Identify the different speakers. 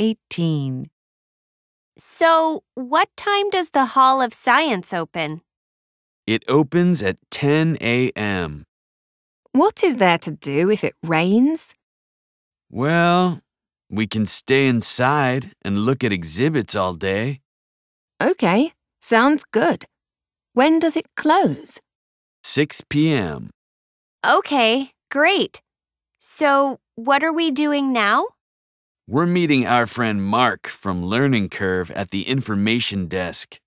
Speaker 1: 10.18.
Speaker 2: So, what time does the Hall of Science open?
Speaker 3: It opens at 10 a.m.
Speaker 4: What is there to do if it rains?
Speaker 3: Well, we can stay inside and look at exhibits all day.
Speaker 4: Okay, sounds good. When does it close?
Speaker 3: 6 p.m.
Speaker 2: Okay, great. So, what are we doing now?
Speaker 3: We're meeting our friend Mark from Learning Curve at the information desk.